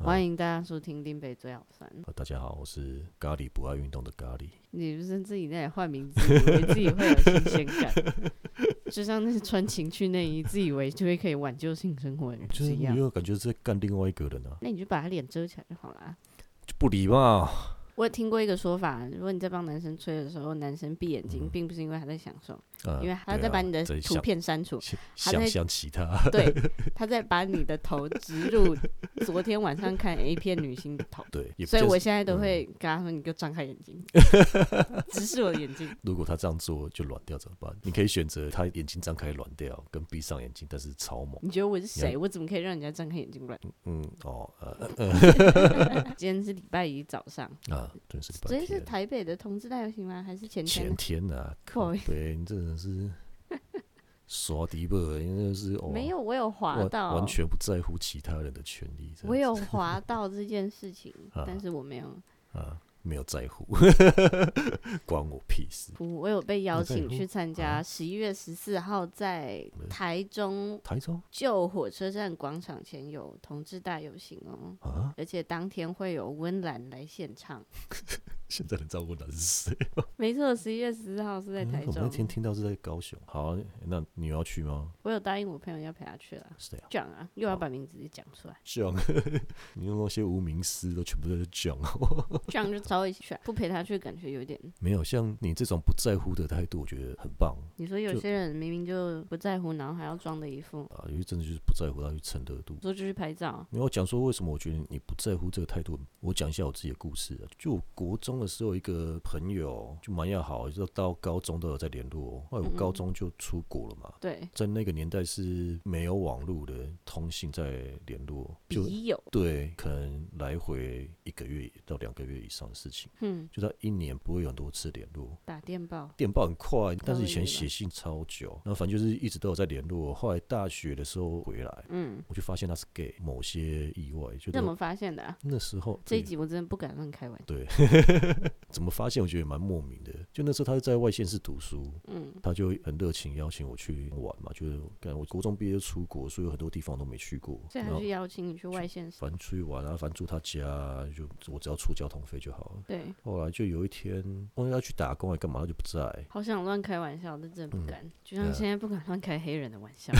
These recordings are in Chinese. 欢迎大家收听《丁北最好酸》。啊大家好，我是咖喱不爱运动的咖喱。你不是自己在那里换名字，以为自己会有新鲜感， 就像那些穿情趣内衣，自以为就会可以挽救性生活的人就是一你样。有感觉是在干另外一个人啊，那你就把他脸遮起来就好啦。就不礼貌。啊我也听过一个说法，如果你在帮男生吹的时候，男生闭眼睛，并不是因为他在享受，啊因为他对在把啊你的在图想片删 除，想他在想象其他，对，他在把你的头植入 昨天晚上看 A 片女星的头。对，也不所以就我是现在都会跟他说：“你给我张开眼 睛，直视我的眼睛。如果他这样做就软掉怎么办？你可以选择他眼睛张开软掉，跟闭上眼睛，但是超猛。你觉得我是谁？我怎么可以让人家张开眼睛乱？嗯，哦，呃今天是礼拜一早 上，啊，真是礼昨拜天是天，台北的同志大游行吗？还是前天前呢？天啊，不好靠意北，你真的 是耍迪吧，因为是哦，没有，我有滑完到，完全不在乎其他人的权利，这样我有 滑到这件事情啊，但是我没有啊，没有在乎， 关我屁事。哭。我有被邀没有请在乎啊去参加十一月十四号在台中台中旧火车站广场前有同志大游行哦，啊，而且当天会有温岚来献唱。现在能知道温岚是谁？没错，十一月十四号是在嗯台我那天中。听到是在高雄。好啊，那你要去吗？我有答应我朋友要陪他去了，是这样。讲啊，又要把名字讲出来。讲， 你用那些无名师都全部都是讲，这样就稍微选，不陪他去感觉有点。 没有像你这种不在乎的态度，我觉得很棒你说有就些人明明就不在乎，然后还要装的一副，啊！因为真的就是不在乎，他去蹭热度。说就去拍照，你要讲说为什么我觉得你不在乎这个态度？我讲一下我自己的故事啊。就我国中的时候，一个朋友就蛮要好，就到高中都有在联络。后来嗯嗯我高中就出国了嘛，对，在那个年代是没有网络的，通信在联络，就笔友，对，可能来回一个月到两个月以上的事情，哼，就他一年不会有很多次联络。嗯打电报，电报很快，但是以了前解写信超久，然后反正就是一直都有在联络。后来大学的时候回来，嗯，我就发现他是 gay，某些意外，就怎么发现的、啊？那时候这一集我真的不敢乱开玩笑。对，怎么发现？我觉得也蛮莫名的。就那时候他是在外县市读书，嗯，他就很热情邀请我去玩嘛，就是干我国中毕业就出国，所以有很多地方都没去过。所以然他后去邀请你去外县市，反正出去玩啊，反正住他家啊，就我只要出交通费就好了。对，后来就有一天，忘记他去打工还干嘛，他就不在。好想乱开玩笑，但真的不敢，就像呃现在不敢乱开黑人的玩笑。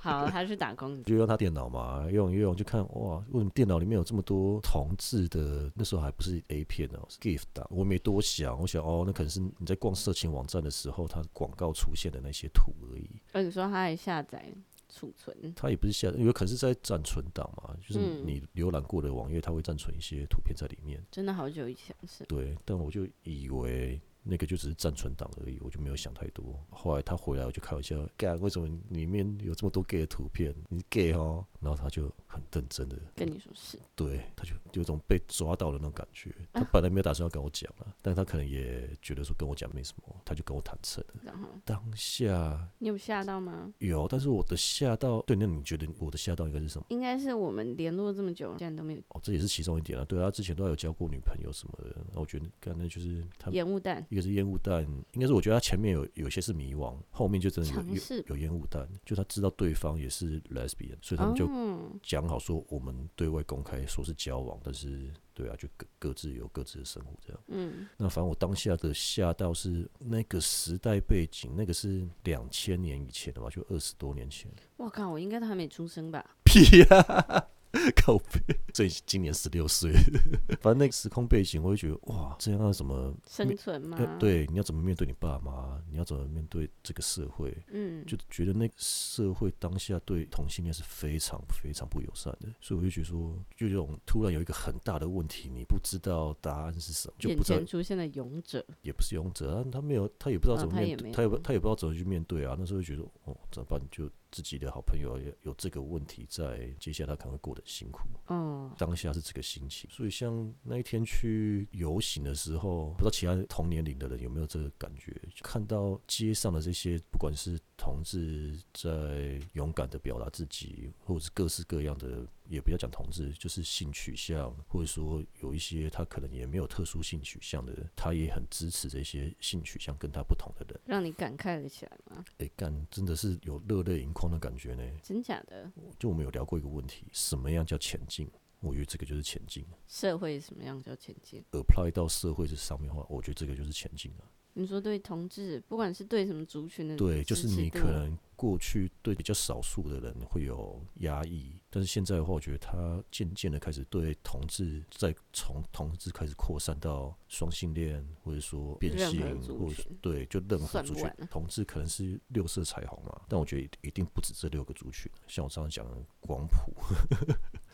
好，他去打工，就用他电脑嘛，用一用就看哇，为什么电脑里面有这么多同志的？那时候还不是 A 片哦，是 GIF 档。我没多想，我想哦，那可能是你在逛色情网站的时候，它广告出现的那些图而已。而且呃说他还下载储存，它也不是下载，有可能是在暂存档嘛，就是嗯你浏览过的网页，它会暂存一些图片在里面。真的好久以前的事。对，但我就以为那个就只是暂存档而已，我就没有想太多。后来他回来，我就开玩笑，干，为什么里面有这么多 gay 的图片？你是 gay 哦？然后他就很认真的，跟你说是，对，他就有种被抓到的那种感觉。啊他本来没有打算要跟我讲啊，但他可能也觉得说跟我讲没什么，他就跟我坦诚了。然后当下你有吓到吗？有，但是我的吓到，对，那你觉得我的吓到应该是什么？应该是我们联络这么久，竟然都没有哦，这也是其中一点啊。对啊，他之前都还有交过女朋友什么的，那我觉得干那就是他烟雾弹。一个是烟雾弹，应该是我觉得他前面有有些是迷惘，后面就真的有尝有试有烟雾弹，就他知道对方也是 lesbian，所以他们就哦、讲好说我们对外公开说是交往，但是对啊，就各各自有各自的生活这样。嗯，那反正我当下的吓到是那个时代背景，那个是两千年以前的吧，就二十多年前。我靠，我应该都还没出生吧？ 屁呀、靠背，这今年十六岁， 反正那个时空背景，我会觉得哇，这样要怎么生存吗？呃，，对，你要怎么面对你爸妈？你要怎么面对这个社会？嗯，就觉得那个社会当下对同性恋是非常非常不友善的，所以我就觉得说，就这种突然有一个很大的问题，你不知道答案是什么，就眼不知道前，出现了勇者，也不是勇者，他他没有，他也不知道啊怎么他也面没对，他也不有他也不知道怎么去面对啊。那时候就觉得，哦，怎么办？就自己的好朋友也有这个问题在，接下来他可能会过得很辛苦。哦，当下是这个心情，所以像那一天去游行的时候，不知道其他同年龄的人有没有这个感觉，就看到街上的这些不管是同志在勇敢的表达自己，或者是各式各样的，也不要讲同志，就是性取向，或者说有一些他可能也没有特殊性取向的，他也很支持这些性取向跟他不同的人。让你感慨了起来吗？哎、干，真的是有热泪盈眶的感觉呢。真假的？就我们有聊过一个问题，什么样叫前进？我觉得这个就是前进啊社会什么样叫前进？ ，apply 到社会这上面的话，我觉得这个就是前进啊。你说对同志，不管是对什么族群的，对，就是你可能过去对比较少数的人会有压抑，但是现在的话，我觉得他渐渐的开始对同志，再从同志开始扩散到双性恋，或者说变任性何，族或者群对，就任何算族不群完啊，同志可能是六色彩虹嘛，但我觉得一定不止这六个族群，像我刚刚讲的广谱，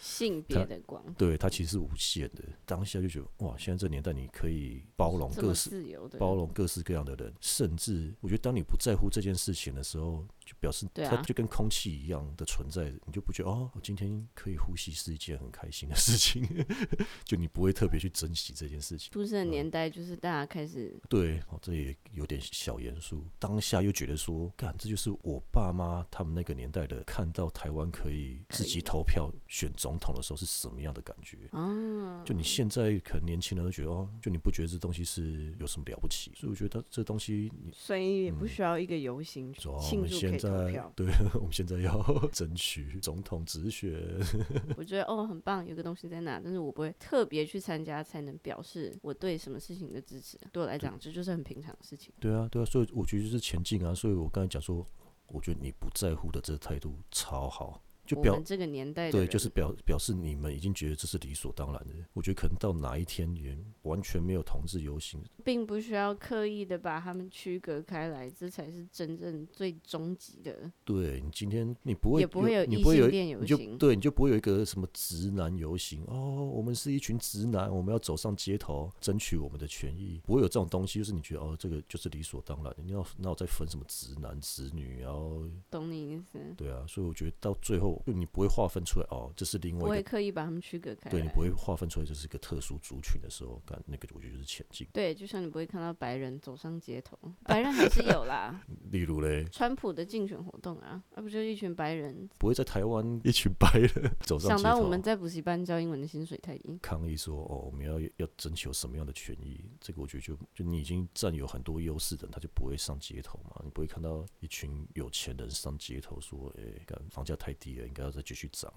性别他的光，对，它其实是无限的。当下就觉得哇，现在这年代你可以包容这各么式自由的，包容各式各样的人，甚至我觉得当你不在乎这件事情的时候，就表示对它啊就跟空气一样的存在，你就不觉得哦，我今天可以呼吸是一件很开心的事情， 就你不会特别去珍惜这件事情。出生的年代就是大家开始对，哦，这也有点小严肃。当下又觉得说，干，这就是我爸妈他们那个年代的，看到台湾可以自己可以投票选总统的时候是什么样的感觉。啊，就你现在可能年轻人都觉得哦，就你不觉得这东西是有什么了不起，所以我觉得这东西你所以也嗯不需要一个游行说哦我庆们祝可现以投在。票对， 我们现在要 争取总统直选， 我觉得哦很棒，有个东西在那，但是我不会特别去参加才能表示我对什么事情的支持。对我来讲，这就是很平常的事情。对啊，对啊，所以我觉得就是前进啊，所以我刚才讲说，我觉得你不在乎的这态度超好，就我表们这个年代的对，人就是表表示你们已经觉得这是理所当然的。我觉得可能到哪一天也完全没有同志游行，并不需要刻意的把他们区隔开来，这才是真正最终极的，对你今天你不会也不会有你异不会有性。恋游你就行。对，你就不会有一个什么直男游行哦，我们是一群直男，我们要走上街头争取我们的权益，不会有这种东西。就是你觉得哦，这个就是理所当然的，你要那我再分什么直男直女，然后懂你意思，对啊，所以我觉得到最后就你不会划分出来哦，这是另不外会一个，刻意把他们区隔开来。对你不会划分出来这是一个特殊族群的时候，干那个我觉得就是前进。对就像你不会看到白人走上街头，白人还是有 啦。例如嘞，川普的竞选活动啊，那、不就一群白人？不会在台湾一群白人 走上想街到头我们在补习班教英文的薪水太 低，抗议说：“哦，我们要要征求什么样的权益？”这个我觉得就就你已经占有很多优势的人，他就不会上街头嘛，你不会看到一群有钱人上街头说：“哎、干房价太低了，应该要再继续涨。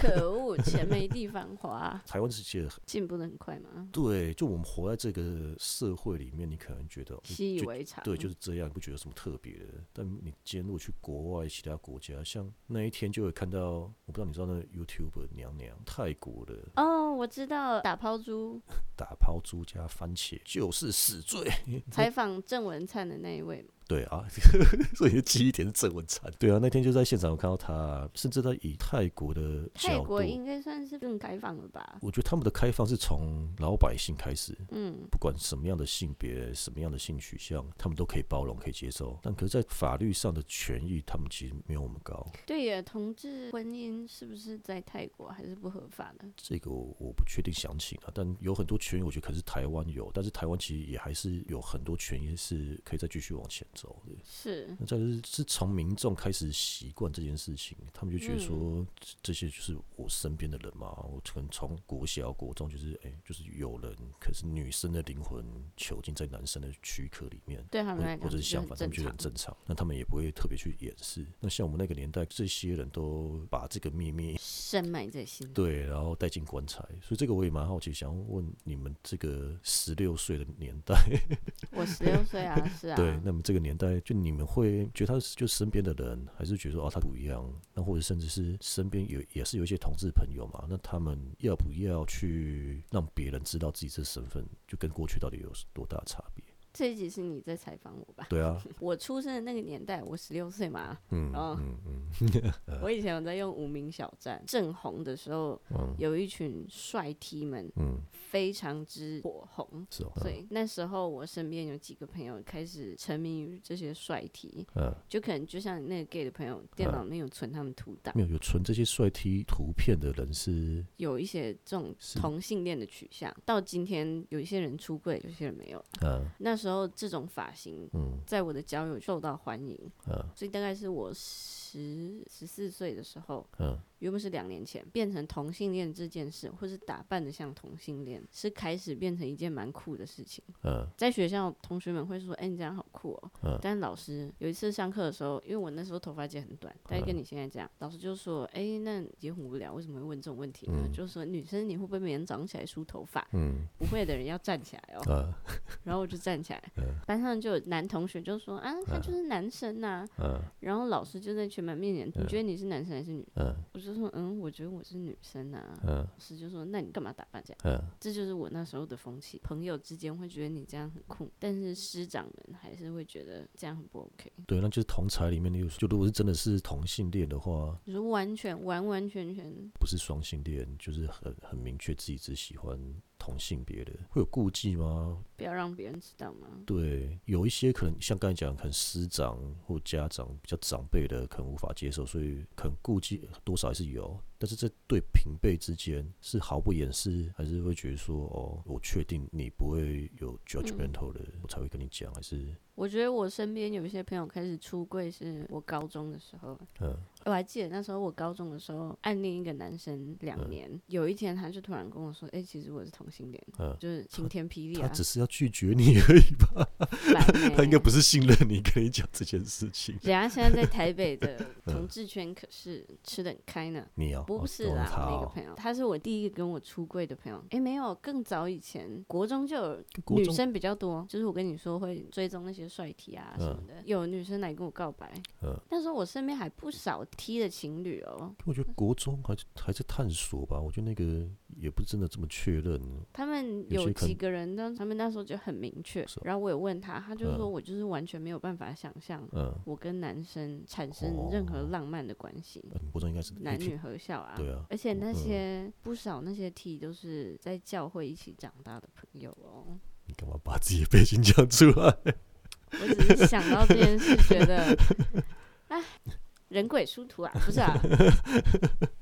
可恶，钱没地方花”，台湾是其实很进步的很快嘛，对，就我们活在这个社会里面，你可能觉得哦习以就为常。对，就是这样，你不觉得有什么特别的？但你今天如果去国外其他国家，像那一天就有看到，我不知道你知道那 YouTube 娘娘泰国的哦，我知道打抛猪打抛猪加番茄就是死罪，采访郑文灿的那一 位，对啊，所以你的记忆点是郑文灿。对啊，那天就在现场有看到他，甚至他以泰国的泰角度国，应该算是更开放了吧？我觉得他们的开放是从老百姓开始，嗯，不管什么样的性别、什么样的性取向，他们都可以包容、可以接受。但可是，在法律上的权益，他们其实没有我们高。对耶，同志婚姻是不是在泰国还是不合法的？这个我我不确定详情啊，但有很多权益，我觉得可能是台湾有，但是台湾其实也还是有很多权益是可以再继续往前走的。是，那再就是是从民众开始习惯这件事情，他们就觉嗯得说这这些就是我身边的人嘛，我可能从国小、国中就是哎、就是有人，可是女生的灵魂囚禁在男生的躯壳里面。对他或们来者讲或者是就相很反，他正们觉得很常。正常，那他们也不会特别去掩饰。那像我们那个年代，这些人都把这个秘密 深埋在心里。对，然后带进棺材，所以这个我也蛮好奇，想问你们这个十六岁的年代，我十六岁 啊，是啊，对，那么这个年代，就你们会觉得他是就身边的人，还是觉得说哦他不一样？那或者甚至是身边有也是有一些同志朋友嘛？那他们要不要去让别人知道自己这身份，就跟过去到底有多大的差别？这一集是你在采访我吧？ 对啊，我出生的那个年代，我十六岁嘛，嗯哦嗯嗯 我以前有在用无名小站正红的时候，嗯有一群帅 T 们嗯，非常之火红。是哦，所嗯以那时候，我身边有几个朋友开始沉迷于这些帅 T，嗯，就可能就像你那个 gay 的朋友，电脑里面有存他们图档，没有有存这些帅 T 图片的人是有一些这种是同性恋的取向。到今天，有一些人出柜，有些人没有。嗯那时候这种发型嗯在我的交友受到欢迎，嗯所以大概是我十十四岁的时候，嗯原本是两年前变成同性恋这件事，或是打扮的像同性恋，是开始变成一件蛮酷的事情。嗯在学校，同学们会说：“哎、你这样好酷哦、嗯但老师有一次上课的时候，因为我那时候头发剪很短，大概嗯跟你现在这样，老师就说：“哎、那也很无聊，为什么会问这种问题呢？”嗯就说：“女生你会不会每天早上起来梳头发？嗯不会的人要站起来哦。呃然后我就站起来嗯，班上就有男同学就说：“啊，他就是男生呐、嗯然后老师就在全班面前：“你觉得你是男生还是女？”嗯我就说：“嗯，我觉得我是女生啊。”嗯老师就说：“那你干嘛打扮这样？”嗯这就是我那时候的风气，朋友之间会觉得你这样很酷，但是师长们还是会觉得这样很不 OK。对，那就是同才里面，你就如果是真的是同性恋的话，你说完全完完全全不是双性恋，就是很很明确自己只喜欢同性别的，会有顾忌吗？不要让别人知道吗？对，有一些可能像刚才讲，可能师长或家长比较长辈的，可能无法接受，所以可能顾忌多少还是有。但是这对平辈之间是毫不掩饰，还是会觉得说，哦，我确定你不会嗯有 judgmental 的，我才会跟你讲，还是我觉得我身边有一些朋友开始出柜，是我高中的时候，嗯我还记得那时候我高中的时候暗恋一个男生两年，有一天他就突然跟我说：“哎、其实我是同性恋。嗯”，就是晴天霹雳他啊！只是要拒绝你而已吧，烦欸 他应该不是信任你跟你讲这件事情。人家现在在台北 的嗯同志圈可是吃的很开呢。你哦要不是啦，那个朋友，他是我第一个跟我出柜的朋友。诶，没有，更早以前，国中就有国女中生比较多，就是我跟你说会追踪那些帅 T 啊什么的，有女生来跟我告白。嗯那时候我身边还不少 T 的情侣哦，我觉得国中还是还在探索吧，我觉得那个也不是真的这么确认。他们嗯有有些可能几个人呢，他们那时候就很明确是。然后我有问他，他就说嗯我就是完全没有办法想象嗯，我跟男生产哦生任何浪漫的关系。嗯国中应该是男女合校啊，对啊而且那些、不少那些 T 都是在教会一起长大的朋友哦。你干嘛把自己的背景讲出 来？我只是想到这件事，觉得，哎，人鬼殊途啊，不是啊，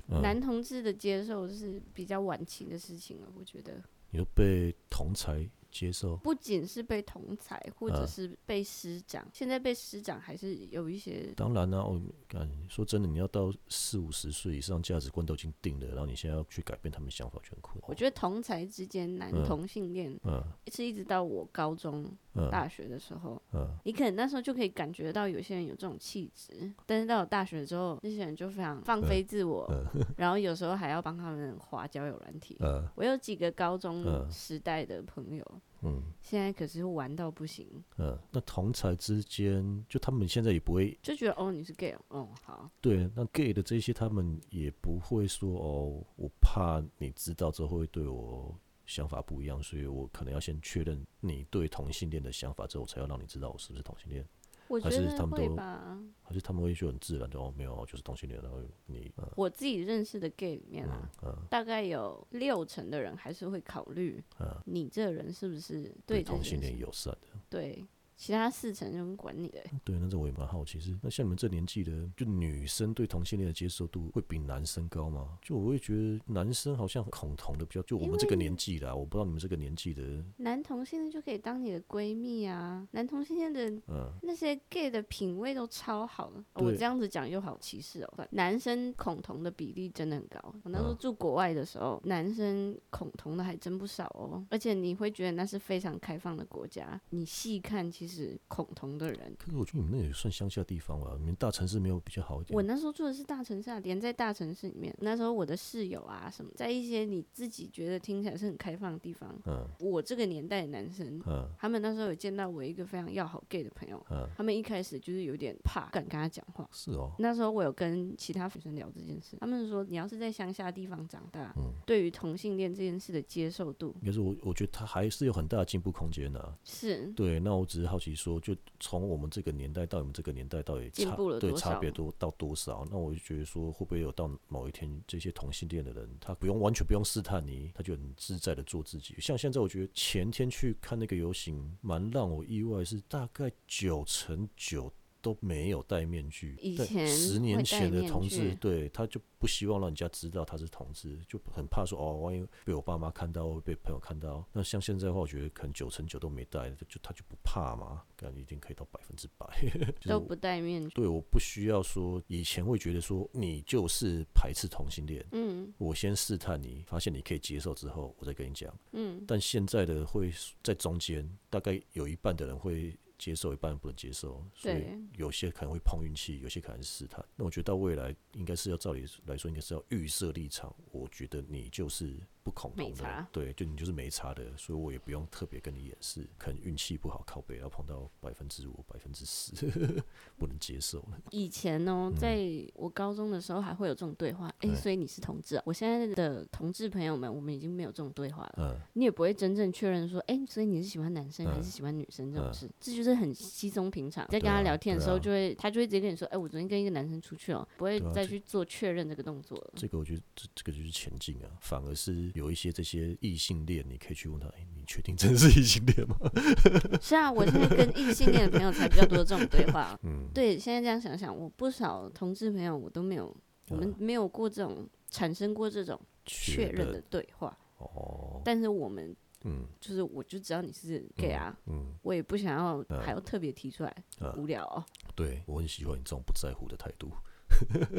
嗯男同志的接受是比较晚期的事情了。我觉得，你说被同才接受，不仅是被同才，或者嗯是被师长，现在被师长还是有一些当然啦、我感说真的，你要到四五十岁以上，价值观都已经定了，然后你现在要去改变他们的想法，就很困我难。觉得同才之间男嗯同性恋、嗯是一直到我高中、嗯大学的时候，嗯，你可能那时候就可以感觉到有些人有这种气质，但是到了大学之后，那些人就非常放嗯飞自我，然后有时候还要帮他们划交友软体。呃我有几个高中嗯时代的朋友，嗯现在可是玩到不行，嗯，那同才之间，就他们现在也不会就觉得哦你是 gay，哦哦好，对，那 gay 的这些，他们也不会说哦，我怕你知道之后会对我想法不一样，所以我可能要先确认你对同性恋的想法之后，我才要让你知道我是不是同性恋，我觉还是得他们会都吧。还是他们会就很自然的哦，没有，我就是同性恋，然后你嗯我自己认识的 gay 里面啊，嗯大概有六成的人还是会考虑嗯，你这个人是不是对这件同性事恋情友善的，对，其他四成人管你的、对，那这我也蛮好奇是，那像你们这年纪的，就女生对同性恋的接受度会比男生高吗？就我会觉得男生好像恐同的比较，就我们这个年纪啦，我不知道你们这个年纪的，男同性恋就可以当你的闺蜜啊，男同性恋的嗯那些 gay 的品味都超好的。哦我对这样子讲又好歧视哦，男生恐同的比例真的很高。我那时候嗯住国外的时候，男生恐同的还真不少哦，而且你会觉得那是非常开放的国家，你细看其实恐同的人。可是我觉得你们那也算乡下地方吧，你们大城市没有比较好一点吗。我那时候住的是大城市啊，连在大城市里面，那时候我的室友啊什么，在一些你自己觉得听起来是很开放的地方，嗯我这个年代的男生嗯他们那时候有见到我一个非常要好 gay 的朋友，嗯，他们一开始就是有点怕，不敢跟他讲话。是哦，那时候我有跟其他女生聊这件事，他们说你要是在乡下地方长大，嗯对于同性恋这件事的接受度应该是我我觉得他还是有很大的进步空间的、是对，那我只是好奇说，就从我们这个年代到你们这个年代，到底进差步了对多差少别多到多少？那我就觉得说，会不会有到某一天，这些同性恋的人，他不用完全不用试探你，他就很自在的做自己。像现在，我觉得前天去看那个游行，蛮让我意外，是大概九成九。都没有戴面具。以对前十年会前戴的面同志具，对他就不希望让人家知道他是同志，就很怕说哦，万一被我爸妈看到，被朋友看到。那像现在的话，我觉得可能九成九都没戴，就他就不怕嘛，感觉一定可以到百分之百。 就是都我不戴面具。对，我不需要说，以前会觉得说你就是排斥同性恋，嗯我先试探你，发现你可以接受之后，我再跟你讲。嗯，但现在的会在中间，大概有一半的人会接受，一半不能接受，所以对有些可能会碰运气，有些可能是试探。那我觉得到未来应该是要照理来说，应该是要预设立场。我觉得你就是不恐没同的差，对，就你就是没差的，所以我也不用特别跟你掩饰。可能运气不好，靠北要碰到百分之五、百分之十， 不能接受了。以前哦，嗯在我高中的时候还会有这种对话，哎、对所以你是同志、啊？我现在的同志朋友们，我们已经没有这种对话了。嗯，你也不会真正确认说，哎、所以你是喜欢男生还嗯是喜欢女生这种嗯事，这就是很稀松平常。在跟对他啊聊天的对时候，啊就会、他就会直接跟你说，哎、我昨天跟一个男生出去哦，不会对啊再这去做确认这个动作了。这个我觉得这这个就是前进啊，反而是有一些这些异性恋，你可以去问他，哎、你确定真的是异性恋吗？ 是啊，我现在跟异性恋的朋友才比较多这种对话。 嗯，对，现在这样想想，我不少同志朋友我都没有，我们嗯没有过这种产生过这种确认的对话。哦，但是我们嗯就是，我就知道你是 gay 啊，嗯，我也不想要嗯还要特别提出来，嗯无聊哦。对我很喜欢你这种不在乎的态度。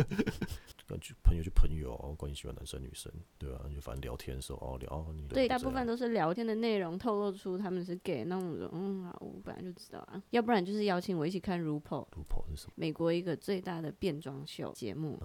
感觉朋友就朋友啊，管你喜欢男生女生，对吧、你就反正聊天的时候哦聊哦，你对，这大样部分都是聊天的内容透露出他们是 gay，那我说嗯好，我本来就知道啊，要不然就是邀请我一起看 RuPaul， RuPaul 是什么？美国一个最大的变装秀节目，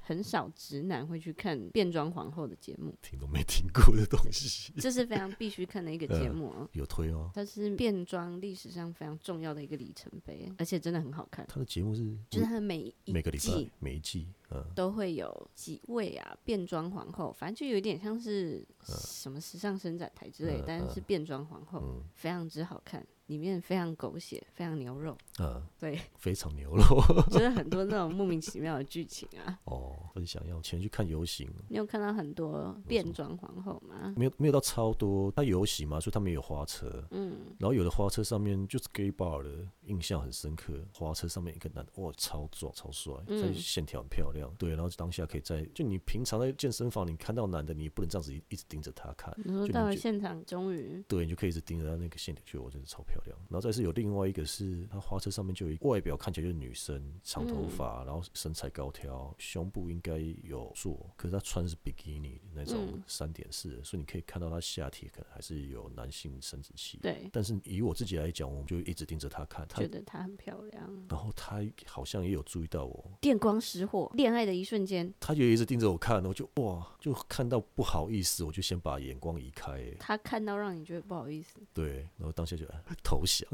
很少直男会去看变装皇后的节目，听都没听过的东西， 这是非常必须看的一个嗯节目啊。有推吗？它是变装历史上非常重要的一个里程碑，而且真的很好看。他的节目是就是它每一每个礼季拜每一季，嗯，都会有几位啊变装皇后，反正就有点像是什么时尚伸展台之类，嗯但是是变装皇后，嗯非常之好看，里面非常狗血，非常牛肉，嗯， 对，非常牛肉就是很多那种莫名其妙的剧情啊。哦，分享要前去看游行，你有看到很多变装皇后吗？没有没有到超多，他游行嘛，所以他们也有花车，嗯，然后有的花车上面就是 gay bar 的，印象很深刻。花车上面一个男的，哇，超壮超帅，嗯他线条很漂亮，对。然后当下可以在就你平常在健身房，你看到男的，你也不能这样子一一直盯着他看。你说就到你了就现场，终于对，你就可以一直盯着他那个线条，就我真的超漂亮。然后再是有另外一个是，他花车上面就有一个外表看起来就是女生，长头嗯发，然后身材高挑，胸部应该有做，可是她穿的是比基尼那种嗯三点四，所以你可以看到她下体可能还是有男性生殖器。对，但是以我自己来讲，我们就一直盯着他看，他觉得她很漂亮，然后他好像也有注意到我，电光石火，恋爱的一瞬间，他也一直盯着我看，我就哇，就看到不好意思，我就先把眼光移开，哎她看到让你觉得不好意思，对，然后当下就哎 投降，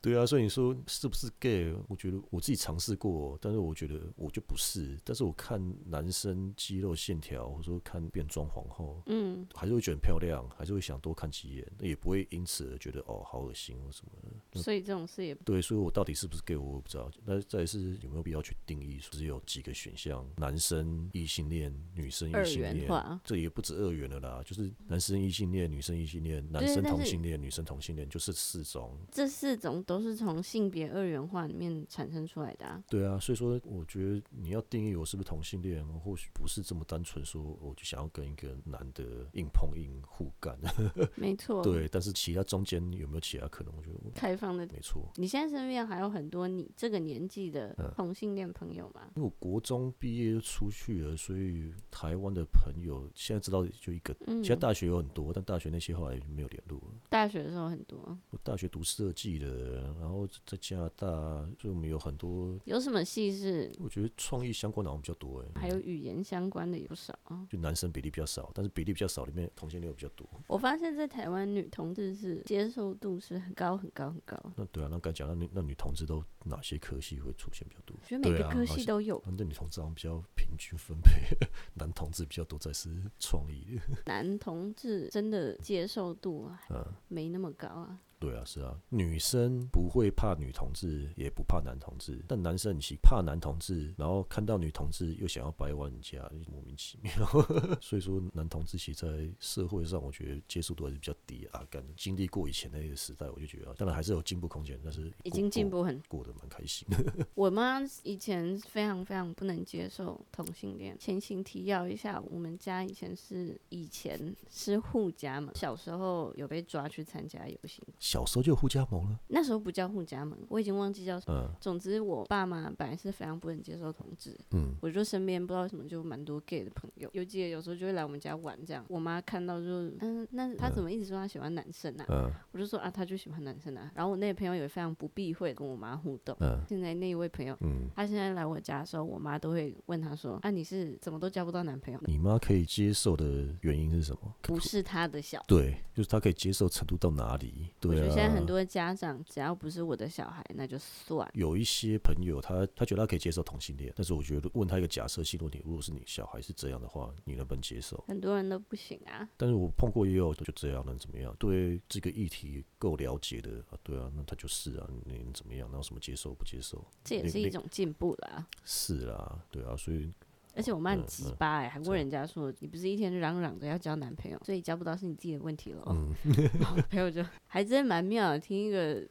对啊，所以你说是不是 gay？我觉得我自己尝试过，但是我觉得我就不是，但是我看男生肌肉线条，或者说看变装皇后。嗯，还是会觉得很漂亮，还是会想多看几眼，那也不会因此而觉得哦好恶心或什么的。嗯所以这种事也对，所以我到底是不是 gay，我也不知道。那再来是有没有必要去定义，只有几个选项，男生异性恋，女生二异性元恋。化，这也不止二元了啦，就是男生异性恋、女生异性恋、男对生但同是性恋、女生同性恋，就是四种。这四种都是从性别二元化里面产生出来的、啊。对啊，所以说我觉得你要定义我是不是同性恋，或许不是这么单纯说我就想要跟一个男的硬碰硬互干。哦没错， 呃对，但是其他中间有没有其他可能？我觉得我开放的没错。你现在身边还有很多你这个年纪的嗯同性恋朋友吗？因为我国中毕业就出去了，所以台湾的朋友现在知道就一个嗯，其他大学有很多，但大学那些后来就没有联络了。大学的时候很多，我大学读设计的，然后在加拿大，所以我们有很多，有什么戏是我觉得创意相关的好像比较多哎。还有语言相关的也不少啊。就男生比例比较少，但是比例比较少里面同性恋又比较多。我发现，在台湾女同志是接受度是很高很高很高，那对啊，那刚才讲那女那女同志都哪些科系会出现比较多我？觉得每对个啊科好系像都有。那女同志好像比较平均分配， 男同志比较多，才是创意的。男同志真的接受度啊嗯，没那么高啊，对啊，是啊，女生不会怕女同志，也不怕男同志，但男生很奇怕男同志，然后看到女同志又想要掰弯人家，莫名其妙。 所以说，男同志其实在社会上，我觉得接受度还是比较低啊。感经历过以前那个时代，我就觉得，啊当然还是有进步空间，但是已经进步步很。过得蛮开心的。 我妈以前非常非常不能接受同性恋。前情提要一下，我们家以前是以前是护家盟，小时候有被抓去参加游行，小时候就有互加盟了，那时候不叫护家盟，我已经忘记叫什么。嗯总之，我爸妈本来是非常不能接受同志，嗯，我就身边不知道为什么就蛮多 gay 的朋友，有几个有时候就会来我们家玩这样。我妈看到就嗯，那他怎么一直说他喜欢男生啊？嗯我就说啊，他就喜欢男生啊。然后我那个朋友也非常不避讳跟我妈互动。嗯现在那一位朋友，嗯，他现在来我家的时候，我妈都会问他说：“啊，你是怎么都交不到男朋友？”你妈可以接受的原因是什么？不是他的小。对，就是她可以接受程度到哪里？我觉对得啊，现在很多家长，只要不是我的小孩，那就算。有一些朋友他，他觉得他可以接受同性恋，但是我觉得问他一个假设性问题，如果是你小孩是这样的话，你能不能接受？很多人都不行啊，但是我碰过也有就这样，能怎么样？对这个议题够了解的啊，对啊，那他就是啊，你能怎么样？然后什么接受不接受？这也你是一你种进步啦。是啦，对啊，所以而且我妈很嗯鸡嗯巴哎、还这问样人家说：“你不是一天嚷嚷着要交男朋友，所以交不到是你自己的问题了。 嗯，我朋友就还真蛮妙的，听一个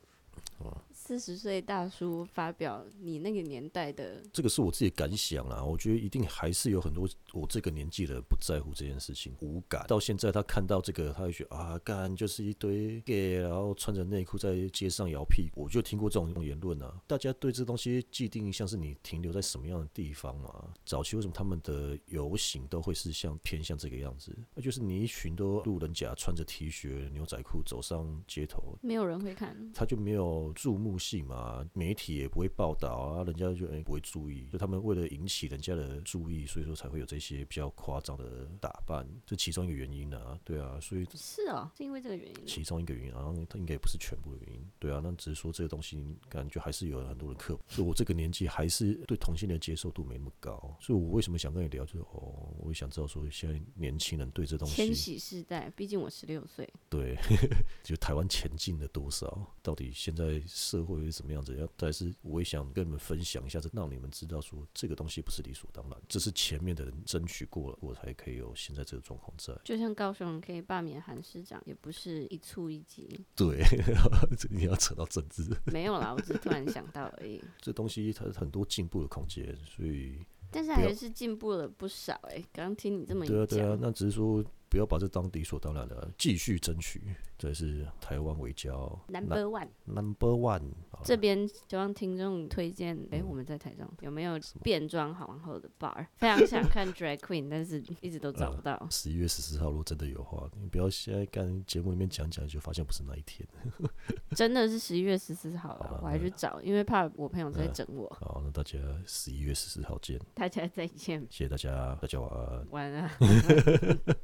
哦四十岁大叔发表你那个年代的这个是我自己的感想啦，我觉得一定还是有很多我这个年纪的人不在乎这件事情，无感。到现在他看到这个，他会觉得啊，干就是一堆 gay，然后穿着内裤在街上摇屁股，我就听过这种言论啊。大家对这东西既定印象是你停留在什么样的地方嘛？早期为什么他们的游行都会是像偏向这个样子？那就是你一群都路人甲穿着 T 恤、牛仔裤走上街头，没有人会看，他就没有注目性嘛，媒体也不会报道啊，人家就、哎不会注意，就他们为了引起人家的注意，所以说才会有这些比较夸张的打扮，这其中一个原因啊，对啊，所以是哦，是因为这个原因吗。其中一个原因，然后它应该也不是全部的原因，对啊，那只是说这个东西感觉还是有很多人刻薄，所以我这个年纪还是对同性恋接受度没那么高，所以我为什么想跟你聊，就是哦，我也想知道说现在年轻人对这东千禧西。世代，毕竟我十六岁，对， 就台湾前进了多少？到底现在社会是怎么样子？要但是我也想跟你们分享一下，这让你们知道说这个东西不是理所当然，这是前面的人争取过了，我才可以有现在这个状况在。就像高雄可以罢免韩市长，也不是一蹴一击，对， 这你要扯到政治，没有啦，我只是突然想到而已。 这东西它很多进步的空间，所以但是不要还是进步了不少哎、刚听你这么一对啊对啊讲，，那只是说不要把这当理所当然的，继续争取，这是台湾为骄傲 Number One number one 啊好了。嗯这边希望听众推荐，哎、我们在台中有没有什么变装皇后的 bar？非常想看 drag queen，但是一直都找不到。十一月十四号，如果真的有的话，你不要现在干节目里面讲讲，就发现不是那一天。真的是十一月十四号啊好啊了吧，我还去找，因为怕我朋友在嗯整我。好，那大家十一月十四号见，大家再见，谢谢大家，大家晚安。晚安。